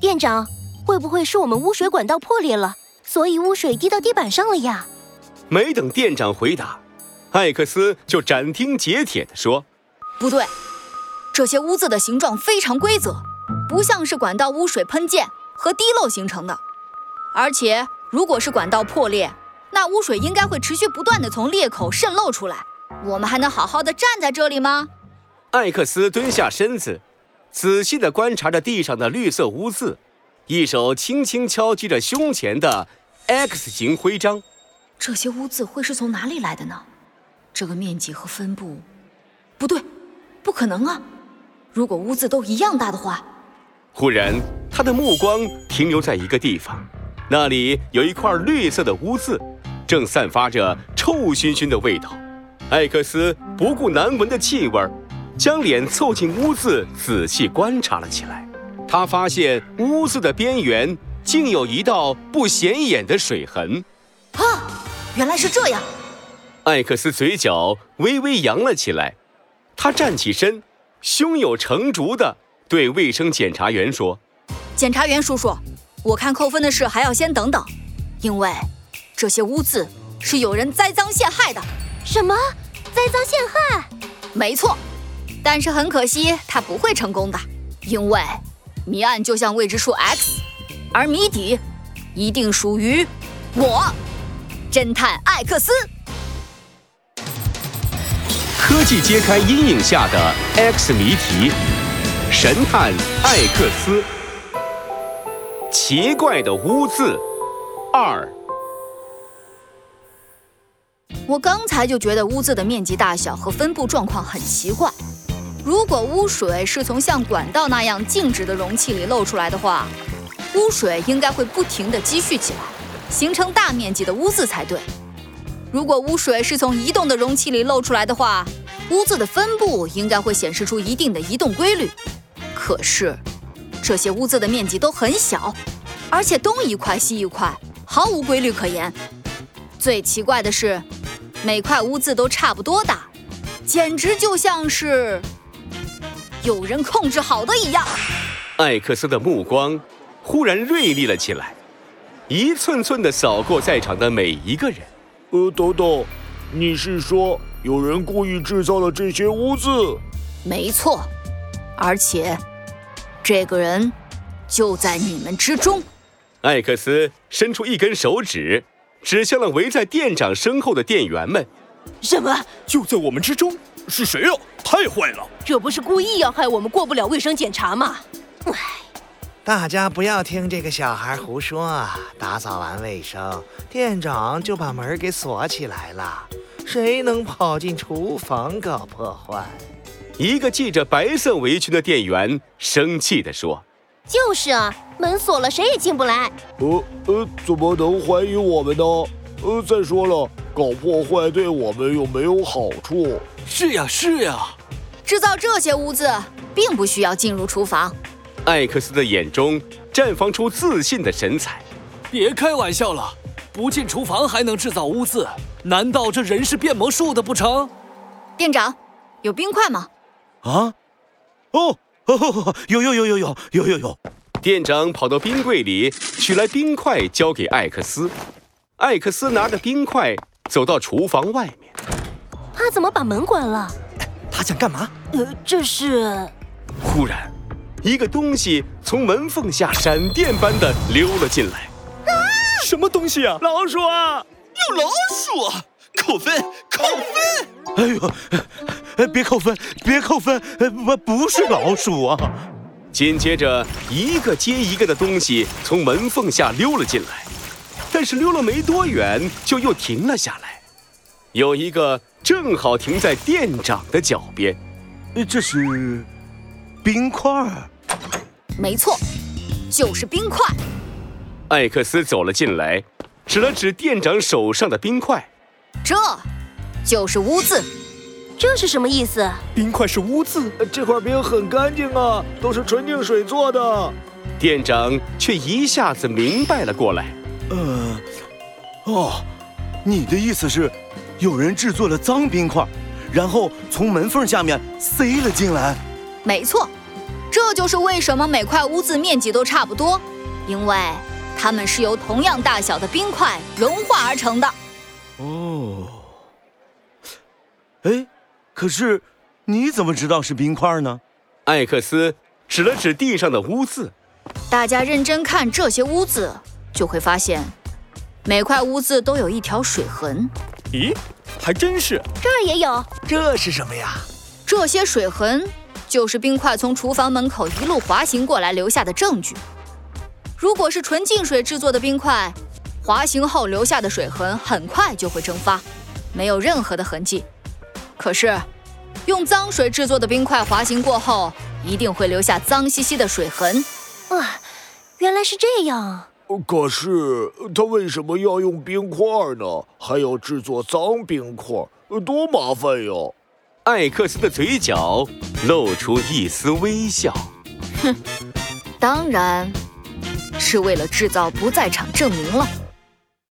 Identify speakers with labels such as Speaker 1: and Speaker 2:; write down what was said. Speaker 1: 店长，会不会是我们污水管道破裂了，所以污水滴到地板上了呀？
Speaker 2: 没等店长回答，艾克斯就斩钉截铁地说
Speaker 3: 不对，这些污渍的形状非常规则，不像是管道污水喷溅和滴漏形成的。而且，如果是管道破裂，那污水应该会持续不断的从裂口渗漏出来。我们还能好好的站在这里吗？：“
Speaker 2: 艾克斯蹲下身子，仔细地观察着地上的绿色污渍，一手轻轻敲击着胸前的 X 型徽章。
Speaker 3: 这些污渍会是从哪里来的呢？这个面积和分布，不对，不可能啊！如果污渍都一样大的话，
Speaker 2: 忽然，他的目光停留在一个地方，那里有一块绿色的污渍，正散发着臭熏熏的味道。艾克斯不顾难闻的气味儿，将脸凑近污渍，仔细观察了起来。他发现污渍的边缘竟有一道不显眼的水痕。
Speaker 3: 啊，原来是这样！
Speaker 2: 艾克斯嘴角微微扬了起来，他站起身，胸有成竹地对卫生检察员说。
Speaker 3: 检察员叔叔，我看扣分的事还要先等等，因为这些污渍是有人栽赃陷害的。
Speaker 1: 什么？栽赃陷害？
Speaker 3: 没错，但是很可惜，他不会成功的，因为谜案就像未知数 X，而谜底一定属于我，侦探艾克斯。
Speaker 2: 科技揭开阴影下的 X 谜题，神探艾克斯，奇怪的污渍二，
Speaker 3: 我刚才就觉得污渍的面积大小和分布状况很奇怪。如果污水是从像管道那样静止的容器里漏出来的话，污水应该会不停地积蓄起来，形成大面积的污渍才对。如果污水是从移动的容器里漏出来的话，污渍的分布应该会显示出一定的移动规律。可是，这些污渍的面积都很小，而且东一块西一块，毫无规律可言。最奇怪的是，每块污渍都差不多大，简直就像是有人控制好的一样。
Speaker 2: 艾克斯的目光忽然锐利了起来，一寸寸地扫过在场的每一个人。
Speaker 4: 呃，等等，你是说有人故意制造了这些污渍？
Speaker 3: 没错，而且这个人就在你们之中。
Speaker 2: 艾克斯伸出一根手指，指向了围在店长身后的店员们。
Speaker 1: 什么？
Speaker 4: 就在我们之中，是谁呀、啊太坏了！
Speaker 1: 这不是故意要害我们过不了卫生检查吗？
Speaker 5: 大家不要听这个小孩胡说啊！打扫完卫生，店长就把门给锁起来了，谁能跑进厨房搞破坏？
Speaker 2: 一个系着白色围裙的店员生气地说。
Speaker 1: 就是啊，门锁了，谁也进不来。
Speaker 4: 呃呃，怎么能怀疑我们呢？呃，再说了，搞破坏对我们又没有好处。
Speaker 6: 是呀，是呀。
Speaker 3: 制造这些污渍并不需要进入厨房。
Speaker 2: 艾克斯的眼中绽放出自信的神采。
Speaker 6: 别开玩笑了，不进厨房还能制造污渍？难道这人是变魔术的不成？
Speaker 3: 店长，有冰块吗？
Speaker 7: 啊？哦哦，有有有有有有有有！
Speaker 2: 店长跑到冰柜里取来冰块，交给艾克斯。艾克斯拿着冰块走到厨房外面。
Speaker 1: 他怎么把门关了？
Speaker 7: 他想干嘛？
Speaker 1: 呃，这是……
Speaker 2: 忽然，一个东西从门缝下闪电般的溜了进来。
Speaker 4: 什么东西啊？老鼠啊！
Speaker 7: 有老鼠啊！扣分，扣分！哎呦，呃别扣分，别扣分！呃不，不是老鼠啊！
Speaker 2: 紧接着，一个接一个的东西从门缝下溜了进来，但是溜了没多远就又停了下来。有一个正好停在店长的脚边。
Speaker 7: 呃这是冰块儿。啊
Speaker 3: 没错，就是冰块。
Speaker 2: 艾克斯走了进来，指了指店长手上的冰块。
Speaker 3: 这就是污渍。
Speaker 1: 这是什么意思？
Speaker 4: 冰块是污渍？呃这块冰很干净啊，都是纯净水做的。
Speaker 2: 店长却一下子明白了过来。
Speaker 7: 呃，哦，你的意思是，有人制作了脏冰块，然后从门缝下面塞了进来？
Speaker 3: 没错，这就是为什么每块污渍面积都差不多，因为它们是由同样大小的冰块融化而成的。
Speaker 7: 哦，哎，可是你怎么知道是冰块呢？
Speaker 2: 艾克斯指了指地上的污渍，
Speaker 3: 大家认真看这些污渍，就会发现，每块污渍都有一条水痕。
Speaker 8: 咦，还真是。
Speaker 1: 这儿也有，
Speaker 5: 这是什么呀？
Speaker 3: 这些水痕就是冰块从厨房门口一路滑行过来留下的证据。如果是纯净水制作的冰块，滑行后留下的水痕很快就会蒸发，没有任何的痕迹。可是，用脏水制作的冰块滑行过后，一定会留下脏兮兮的水痕。
Speaker 1: 哇，啊原来是这样。
Speaker 4: 可是他为什么要用冰块呢？还要制作脏冰块，多麻烦呀！
Speaker 2: 艾克斯的嘴角露出一丝微笑。
Speaker 3: 当然，是为了制造不在场证明了。